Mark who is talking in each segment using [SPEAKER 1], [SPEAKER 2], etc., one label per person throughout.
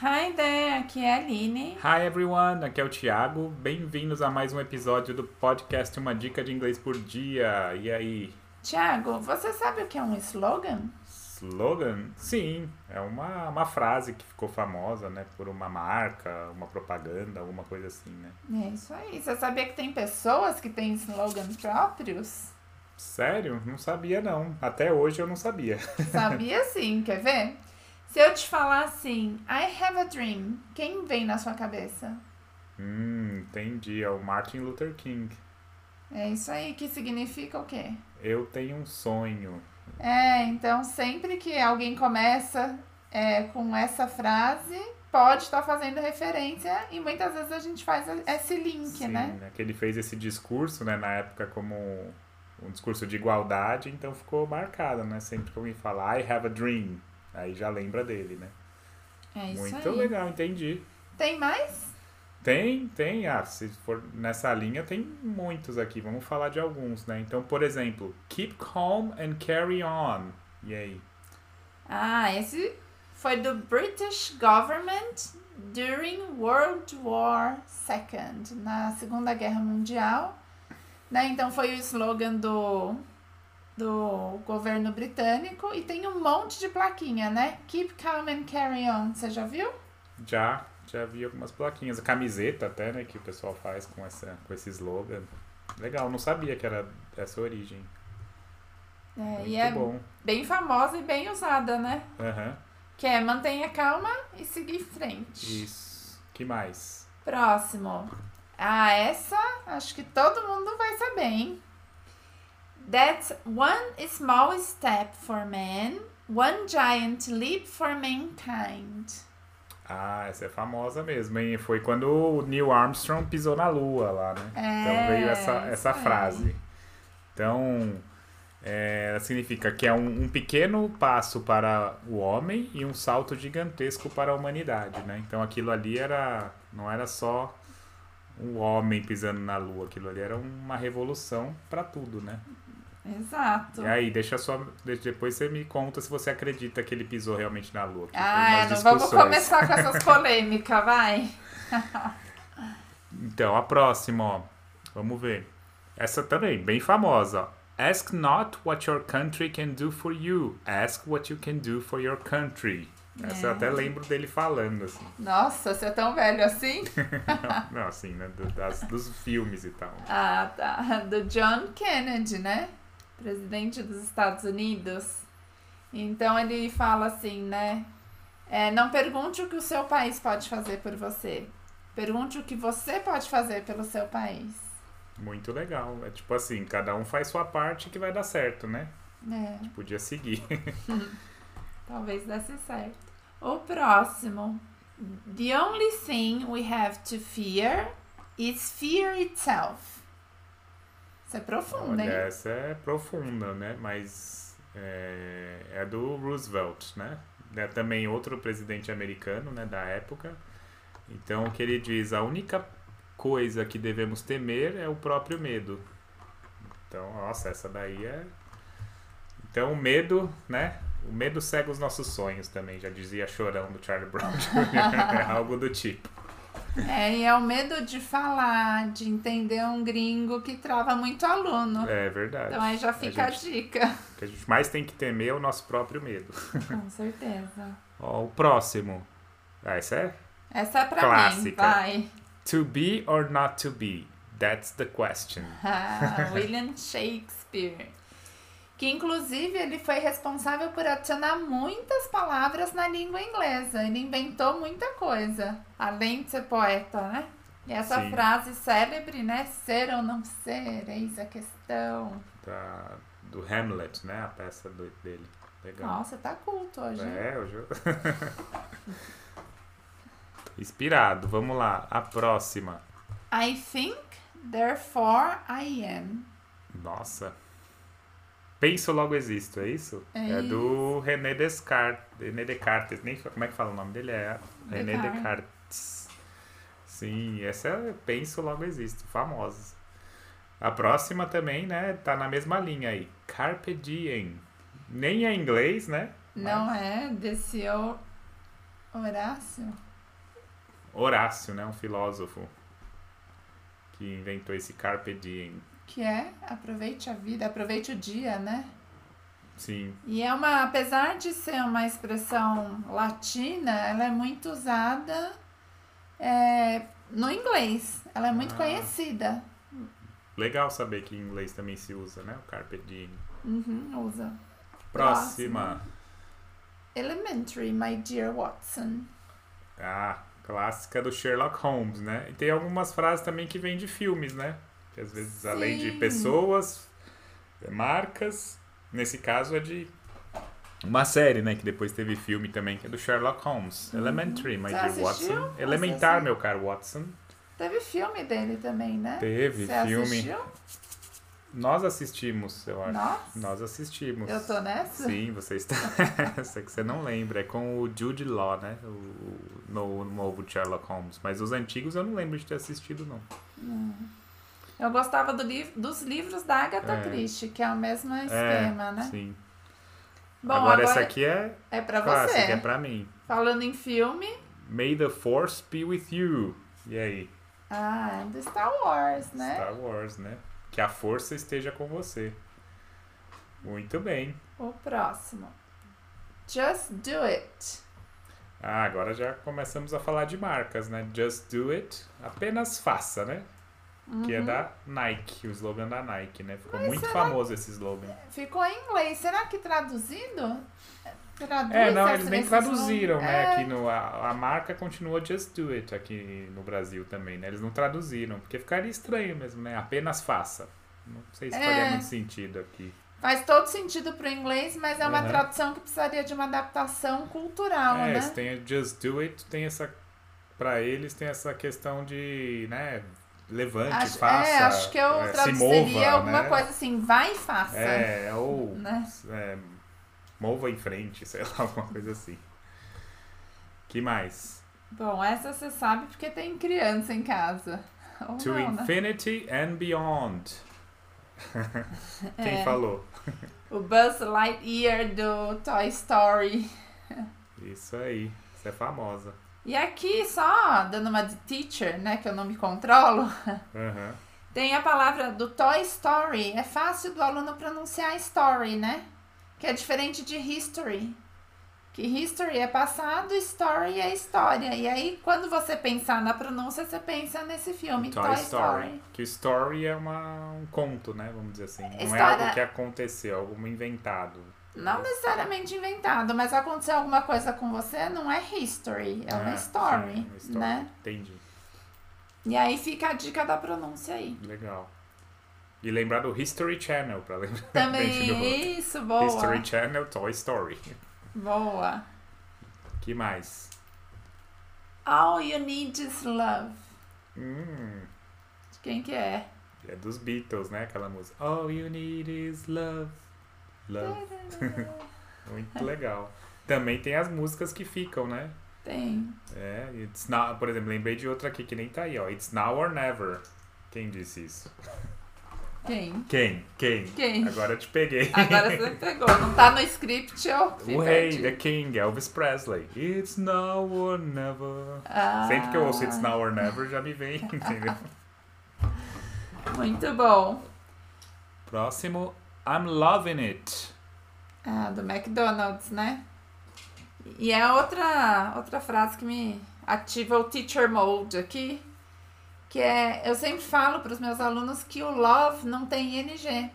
[SPEAKER 1] Hi there, aqui é a Aline.
[SPEAKER 2] Hi everyone, aqui é o Thiago. Bem-vindos a mais um episódio do podcast Uma Dica de Inglês por Dia. E aí,
[SPEAKER 1] Tiago, você sabe o que é um slogan?
[SPEAKER 2] slogan? Sim, é uma, uma frase que ficou famosa, né? Por uma marca, uma propaganda, alguma coisa assim, né?
[SPEAKER 1] É isso aí. Você sabia que tem pessoas que têm slogans próprios?
[SPEAKER 2] Sério? Não sabia não. Até hoje eu não sabia.
[SPEAKER 1] Sabia sim, quer ver? Se eu te falar assim, I have a dream, quem vem na sua cabeça?
[SPEAKER 2] Hum, entendi. É o Martin Luther King.
[SPEAKER 1] É isso aí, que significa o quê?
[SPEAKER 2] Eu tenho um sonho.
[SPEAKER 1] É, então sempre que alguém começa é, com essa frase, pode estar fazendo referência e muitas vezes a gente faz a- esse link,
[SPEAKER 2] Sim,
[SPEAKER 1] né?
[SPEAKER 2] Que ele fez esse discurso, né? Na época como um discurso de igualdade, então ficou marcado, né? Sempre que alguém fala I have a dream, aí já lembra dele, né?
[SPEAKER 1] É isso
[SPEAKER 2] Muito
[SPEAKER 1] aí.
[SPEAKER 2] legal, entendi.
[SPEAKER 1] Tem mais?
[SPEAKER 2] Tem, tem. Ah, se for nessa linha, tem muitos aqui. Vamos falar de alguns, né? Então, por exemplo, keep calm and carry on. E aí?
[SPEAKER 1] Ah, esse foi do British Government during World War II, na Segunda Guerra Mundial. Né? Então foi o slogan do, do governo britânico e tem um monte de plaquinha, né? Keep calm and carry on. Você já viu?
[SPEAKER 2] Já, já vi algumas plaquinhas. A camiseta até, né? Que o pessoal faz com, essa, com esse slogan. Legal, não sabia que era essa origem.
[SPEAKER 1] É,
[SPEAKER 2] Muito
[SPEAKER 1] e é
[SPEAKER 2] bom.
[SPEAKER 1] bem famosa e bem usada, né?
[SPEAKER 2] Aham.
[SPEAKER 1] Que é mantenha calma e siga em frente.
[SPEAKER 2] Isso. Que mais?
[SPEAKER 1] Próximo. Ah, essa acho que todo mundo vai saber, hein? That's one small step for man, one giant leap for mankind.
[SPEAKER 2] Ah, essa é famosa mesmo, hein? Foi quando o Neil Armstrong pisou na Lua lá, né?
[SPEAKER 1] É,
[SPEAKER 2] Então veio essa, essa
[SPEAKER 1] isso aí.
[SPEAKER 2] frase. Então, é, ela significa que é um, um pequeno passo para o homem e um salto gigantesco para a humanidade, né? Então aquilo ali era não era só um homem pisando na Lua, aquilo ali era uma revolução para tudo, né?
[SPEAKER 1] Exato.
[SPEAKER 2] E aí, deixa só. de- Depois você me conta se você acredita que ele pisou realmente na Lua. que tem
[SPEAKER 1] Ah,
[SPEAKER 2] umas
[SPEAKER 1] não vamos
[SPEAKER 2] discussões.
[SPEAKER 1] começar com essas polêmicas, vai.
[SPEAKER 2] Então, a próxima, ó. Vamos ver. Essa também, bem famosa. ó. Ask not what your country can do for you. Ask what you can do for your country. Essa eu
[SPEAKER 1] É.
[SPEAKER 2] até lembro dele falando, assim.
[SPEAKER 1] Nossa, você é tão velho assim?
[SPEAKER 2] Não, assim, né? do- das- dos filmes e tal.
[SPEAKER 1] Ah, tá. Do John Kennedy, né? Presidente dos Estados Unidos. Então ele fala assim, né? É, não pergunte o que o seu país pode fazer por você. Pergunte o que você pode fazer pelo seu país.
[SPEAKER 2] Muito legal. É tipo assim, cada um faz sua parte que vai dar certo, né?
[SPEAKER 1] É,
[SPEAKER 2] Podia seguir.
[SPEAKER 1] talvez desse certo. O próximo. The only thing we have to fear is fear itself. Isso é profundo,
[SPEAKER 2] Olha,
[SPEAKER 1] hein?
[SPEAKER 2] essa é profunda, né? Mas é, é do Roosevelt, né? É também outro presidente americano, né? Da época. Então, o que ele diz, a única coisa que devemos temer é o próprio medo. Então, nossa, essa daí é... Então, o medo, né? O medo cega os nossos sonhos também, já dizia Chorão do Charlie Brown Jr. Algo do tipo.
[SPEAKER 1] É, e é o medo de falar, de entender um gringo que trava muito aluno.
[SPEAKER 2] É verdade.
[SPEAKER 1] Então aí já fica a,
[SPEAKER 2] gente-
[SPEAKER 1] dica.
[SPEAKER 2] O que a gente mais tem que temer é o nosso próprio medo.
[SPEAKER 1] Com certeza.
[SPEAKER 2] Ó, o próximo. Ah, esse é?
[SPEAKER 1] Essa é pra mim,
[SPEAKER 2] Clássica.
[SPEAKER 1] vai.
[SPEAKER 2] To be or not to be? That's the question.
[SPEAKER 1] Ah, William Shakespeare. Que inclusive ele foi responsável por adicionar muitas palavras na língua inglesa. Ele inventou muita coisa, além de ser poeta, né? E essa
[SPEAKER 2] Sim.
[SPEAKER 1] frase célebre, né? Ser ou não ser, eis a questão.
[SPEAKER 2] Da, do Hamlet, né? A peça do- dele. Legal.
[SPEAKER 1] Nossa, tá culto hoje. hein?
[SPEAKER 2] é, hoje eu... Inspirado. Vamos lá. A próxima.
[SPEAKER 1] I think, therefore I am.
[SPEAKER 2] Nossa. Penso logo existo, é isso?
[SPEAKER 1] É
[SPEAKER 2] é do René Descartes. René Descartes. Nem, fa- como é que fala o nome dele? É René
[SPEAKER 1] Descartes.
[SPEAKER 2] Descartes. Sim, essa é Penso logo existo, famosa. A próxima também, né? Tá na mesma linha aí. Carpe diem. Nem é inglês, né?
[SPEAKER 1] Não é desse Ho- Horácio?
[SPEAKER 2] Horácio, né? Um filósofo que inventou esse carpe diem.
[SPEAKER 1] Que é aproveite a vida, aproveite o dia, né?
[SPEAKER 2] Sim,
[SPEAKER 1] E é uma, apesar de ser uma expressão latina, ela é muito usada é, no inglês. Ela é muito
[SPEAKER 2] Ah.
[SPEAKER 1] conhecida.
[SPEAKER 2] legal saber que em inglês também se usa, né? O carpe diem.
[SPEAKER 1] Uhum, usa.
[SPEAKER 2] Próxima.
[SPEAKER 1] Elementary, my dear Watson.
[SPEAKER 2] Ah, clássica do Sherlock Holmes, né? E tem algumas frases também que vêm de filmes, né? Que às vezes, além de
[SPEAKER 1] Sim.
[SPEAKER 2] pessoas, é, marcas, nesse caso é de uma série, né? Que depois teve filme também, que é do Sherlock Holmes. Elementary,
[SPEAKER 1] Uhum. Você
[SPEAKER 2] my dear
[SPEAKER 1] assistiu?
[SPEAKER 2] Watson.
[SPEAKER 1] Você
[SPEAKER 2] Elementar,
[SPEAKER 1] assistiu?
[SPEAKER 2] meu caro Watson.
[SPEAKER 1] Teve filme dele também, né?
[SPEAKER 2] Teve
[SPEAKER 1] Você
[SPEAKER 2] filme.
[SPEAKER 1] assistiu?
[SPEAKER 2] Nós assistimos, eu acho.
[SPEAKER 1] Nós?
[SPEAKER 2] Nós assistimos.
[SPEAKER 1] Eu tô nessa?
[SPEAKER 2] Sim, você está. Só que você não lembra. É com o Jude Law, né? O, o no- o novo Sherlock Holmes. Mas os antigos eu não lembro de ter assistido, não.
[SPEAKER 1] Eu gostava do liv- dos livros da Agatha
[SPEAKER 2] É.
[SPEAKER 1] Christie, que é o mesmo esquema, né?
[SPEAKER 2] Sim.
[SPEAKER 1] Bom,
[SPEAKER 2] agora, essa aqui é
[SPEAKER 1] é pra
[SPEAKER 2] clássica,
[SPEAKER 1] você.
[SPEAKER 2] é pra mim.
[SPEAKER 1] Falando em filme,
[SPEAKER 2] May the Force be with you. E aí?
[SPEAKER 1] ah, é do Star Wars, né?
[SPEAKER 2] Star Wars, né? Que a força esteja com você. Muito bem.
[SPEAKER 1] O próximo. Just do it.
[SPEAKER 2] Ah, agora já começamos a falar de marcas, né? Just do it, apenas faça, né? Que é da Nike, o slogan da Nike, né? Ficou muito
[SPEAKER 1] Uhum. será
[SPEAKER 2] famoso esse slogan.
[SPEAKER 1] Ficou em inglês. Será que traduzido? Traduz
[SPEAKER 2] É, não,
[SPEAKER 1] esse-
[SPEAKER 2] eles nem
[SPEAKER 1] esses
[SPEAKER 2] traduziram,
[SPEAKER 1] nomes?
[SPEAKER 2] né?
[SPEAKER 1] É.
[SPEAKER 2] Aqui no, a, a marca continua Just Do It aqui no Brasil também, né? Eles não traduziram, porque ficaria estranho mesmo, né? Apenas faça. Não sei se faria
[SPEAKER 1] É.
[SPEAKER 2] muito sentido aqui.
[SPEAKER 1] Faz todo sentido pro inglês, mas é uma
[SPEAKER 2] Uhum.
[SPEAKER 1] tradução que precisaria de uma adaptação cultural,
[SPEAKER 2] é,
[SPEAKER 1] né?
[SPEAKER 2] se tem a Just Do It, tem essa. Pra eles tem essa questão de, né? Levante,
[SPEAKER 1] Acho,
[SPEAKER 2] faça.
[SPEAKER 1] é, acho que eu
[SPEAKER 2] é, se
[SPEAKER 1] traduziria
[SPEAKER 2] mova,
[SPEAKER 1] alguma
[SPEAKER 2] né?
[SPEAKER 1] coisa assim, vai e faça.
[SPEAKER 2] É, ou.
[SPEAKER 1] Né?
[SPEAKER 2] é, mova em frente, sei lá, alguma coisa assim. Que mais?
[SPEAKER 1] Bom, essa você sabe porque tem criança em casa. Ou
[SPEAKER 2] to
[SPEAKER 1] não, né?
[SPEAKER 2] infinity and beyond. Quem
[SPEAKER 1] É.
[SPEAKER 2] falou?
[SPEAKER 1] O Buzz Lightyear do Toy Story.
[SPEAKER 2] Isso aí. Você é famosa.
[SPEAKER 1] E aqui, só dando uma de teacher, né, que eu não me controlo,
[SPEAKER 2] Aham.
[SPEAKER 1] tem a palavra do Toy Story. É fácil do aluno pronunciar story, né? Que é diferente de history. Que history é passado, story é história. E aí, quando você pensar na pronúncia, você pensa nesse filme, Toy, Story.
[SPEAKER 2] Que story é uma, um conto, né? Vamos dizer assim. Não é
[SPEAKER 1] História-
[SPEAKER 2] algo que aconteceu, é algo inventado.
[SPEAKER 1] Não necessariamente inventado, mas aconteceu alguma coisa com você, não é history, é uma
[SPEAKER 2] Ah,
[SPEAKER 1] story,
[SPEAKER 2] sim, é uma story.
[SPEAKER 1] né?
[SPEAKER 2] Entendi.
[SPEAKER 1] E aí fica a dica da pronúncia aí.
[SPEAKER 2] Legal. E lembrar do History Channel, pra lembrar. Bem,
[SPEAKER 1] Também,
[SPEAKER 2] Chico.
[SPEAKER 1] isso, boa.
[SPEAKER 2] History Channel, Toy Story.
[SPEAKER 1] Boa.
[SPEAKER 2] Que mais?
[SPEAKER 1] All You Need Is Love.
[SPEAKER 2] Hum,
[SPEAKER 1] De quem que é?
[SPEAKER 2] é dos Beatles, né? Aquela música. All you need is love. Love.
[SPEAKER 1] É.
[SPEAKER 2] Muito legal. Também tem as músicas que ficam, né?
[SPEAKER 1] Tem.
[SPEAKER 2] É, it's now, por exemplo, lembrei de outra aqui que nem tá aí, ó. It's now or never. Quem disse isso?
[SPEAKER 1] Quem?
[SPEAKER 2] Quem? Quem?
[SPEAKER 1] Quem?
[SPEAKER 2] Agora eu te peguei.
[SPEAKER 1] Agora você pegou. Não tá no script, eu fui
[SPEAKER 2] o rei, é
[SPEAKER 1] perdida.
[SPEAKER 2] The King, Elvis Presley. It's now or never.
[SPEAKER 1] Ah,
[SPEAKER 2] Sempre que eu ouço It's now or never, já me vem, entendeu?
[SPEAKER 1] Muito bom.
[SPEAKER 2] Próximo, I'm loving it.
[SPEAKER 1] Ah, do McDonald's, né? E é outra, outra frase que me ativa o teacher mode aqui. Que é, eu sempre falo para os meus alunos que o love não tem NG.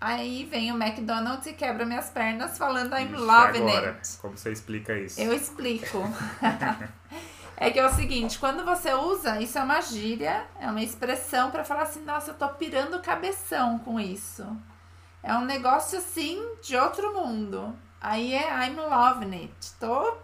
[SPEAKER 1] Aí vem o McDonald's e quebra minhas pernas falando I'm
[SPEAKER 2] Ixi,
[SPEAKER 1] loving
[SPEAKER 2] agora,
[SPEAKER 1] it.
[SPEAKER 2] como você explica isso?
[SPEAKER 1] Eu explico. é que é o seguinte, quando você usa, isso é uma gíria, é uma expressão pra falar assim, nossa, eu tô pirando o cabeção com isso. É um negócio assim de outro mundo. Aí é I'm loving it. Tô,
[SPEAKER 2] É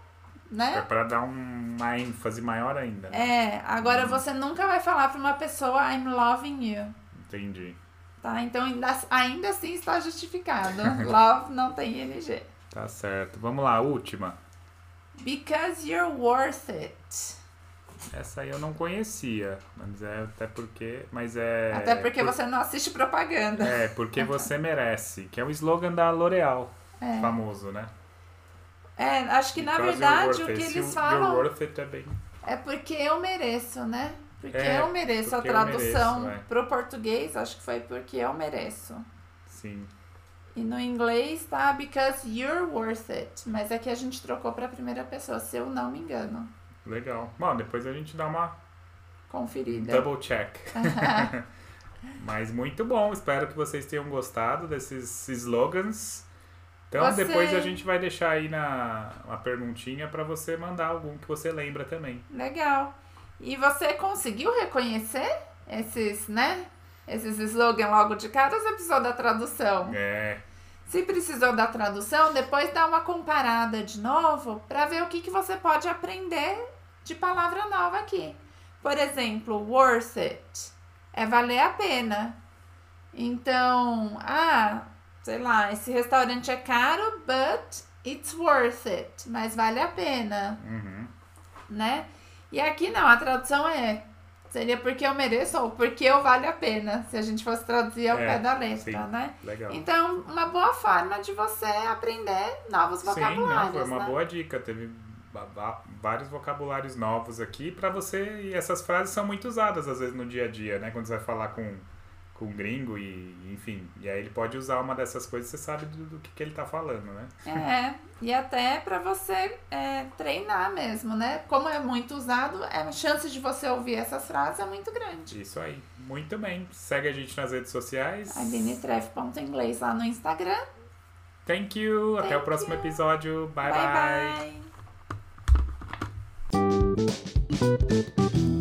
[SPEAKER 1] né?
[SPEAKER 2] pra dar um- uma ênfase maior ainda. né?
[SPEAKER 1] É, agora você nunca vai falar pra uma pessoa I'm loving you,
[SPEAKER 2] Entendi.
[SPEAKER 1] tá? Então ainda, ainda assim está justificado. Love não tem NG.
[SPEAKER 2] Tá certo. Vamos lá, última.
[SPEAKER 1] Because you're worth it.
[SPEAKER 2] Essa aí eu não conhecia, mas é até porque, mas é
[SPEAKER 1] Até porque
[SPEAKER 2] por-
[SPEAKER 1] você não assiste propaganda.
[SPEAKER 2] é porque você merece, que é o slogan da L'Oréal,
[SPEAKER 1] É.
[SPEAKER 2] famoso, né?
[SPEAKER 1] É, acho que na
[SPEAKER 2] Because
[SPEAKER 1] verdade o
[SPEAKER 2] you're
[SPEAKER 1] que
[SPEAKER 2] worth it.
[SPEAKER 1] eles
[SPEAKER 2] You-
[SPEAKER 1] falam
[SPEAKER 2] You're worth it é bem.
[SPEAKER 1] É porque eu mereço, né? Porque
[SPEAKER 2] É,
[SPEAKER 1] eu mereço a
[SPEAKER 2] porque eu mereço,
[SPEAKER 1] tradução
[SPEAKER 2] é.
[SPEAKER 1] pro português, acho que foi porque eu mereço.
[SPEAKER 2] Sim.
[SPEAKER 1] E no inglês tá because you're worth it, mas aqui a gente trocou pra primeira pessoa, se eu não me engano.
[SPEAKER 2] Legal. Bom, depois a gente dá uma
[SPEAKER 1] Conferida.
[SPEAKER 2] double check. Mas muito bom. Espero que vocês tenham gostado desses slogans. Então
[SPEAKER 1] Você-
[SPEAKER 2] depois a gente vai deixar aí na uma perguntinha pra você mandar algum que você lembra também.
[SPEAKER 1] Legal. E você conseguiu reconhecer esses, né? Esses slogan logo de cara, ou você precisou da tradução?
[SPEAKER 2] É,
[SPEAKER 1] Se precisou da tradução, depois dá uma comparada de novo para ver o que, que você pode aprender de palavra nova aqui. Por exemplo, worth it é valer a pena. Então, ah, sei lá, esse restaurante é caro, but it's worth it, mas vale a pena,
[SPEAKER 2] uhum.
[SPEAKER 1] né? E aqui não, a tradução é seria porque eu mereço ou porque eu vale a pena, se a gente fosse traduzir ao
[SPEAKER 2] É,
[SPEAKER 1] pé da letra,
[SPEAKER 2] sim.
[SPEAKER 1] né?
[SPEAKER 2] legal.
[SPEAKER 1] Então, uma boa forma de você aprender novos
[SPEAKER 2] Sim, não, foi
[SPEAKER 1] vocabulários,
[SPEAKER 2] uma
[SPEAKER 1] né?
[SPEAKER 2] boa dica. Teve ba- ba- vários vocabulários novos aqui pra você. E essas frases são muito usadas às vezes no dia a dia, né? Quando você vai falar com, com um gringo e enfim. E aí ele pode usar uma dessas coisas, você sabe do, do que, que ele tá falando, né?
[SPEAKER 1] É, e até pra você é, treinar mesmo, né? Como é muito usado, é, a chance de você ouvir essas frases é muito grande.
[SPEAKER 2] Isso aí. Muito bem. Segue a gente nas redes sociais.
[SPEAKER 1] AlineTref.inglês lá no Instagram.
[SPEAKER 2] Thank you. Até o
[SPEAKER 1] Thank
[SPEAKER 2] próximo
[SPEAKER 1] you.
[SPEAKER 2] episódio. bye. bye.
[SPEAKER 1] bye. bye.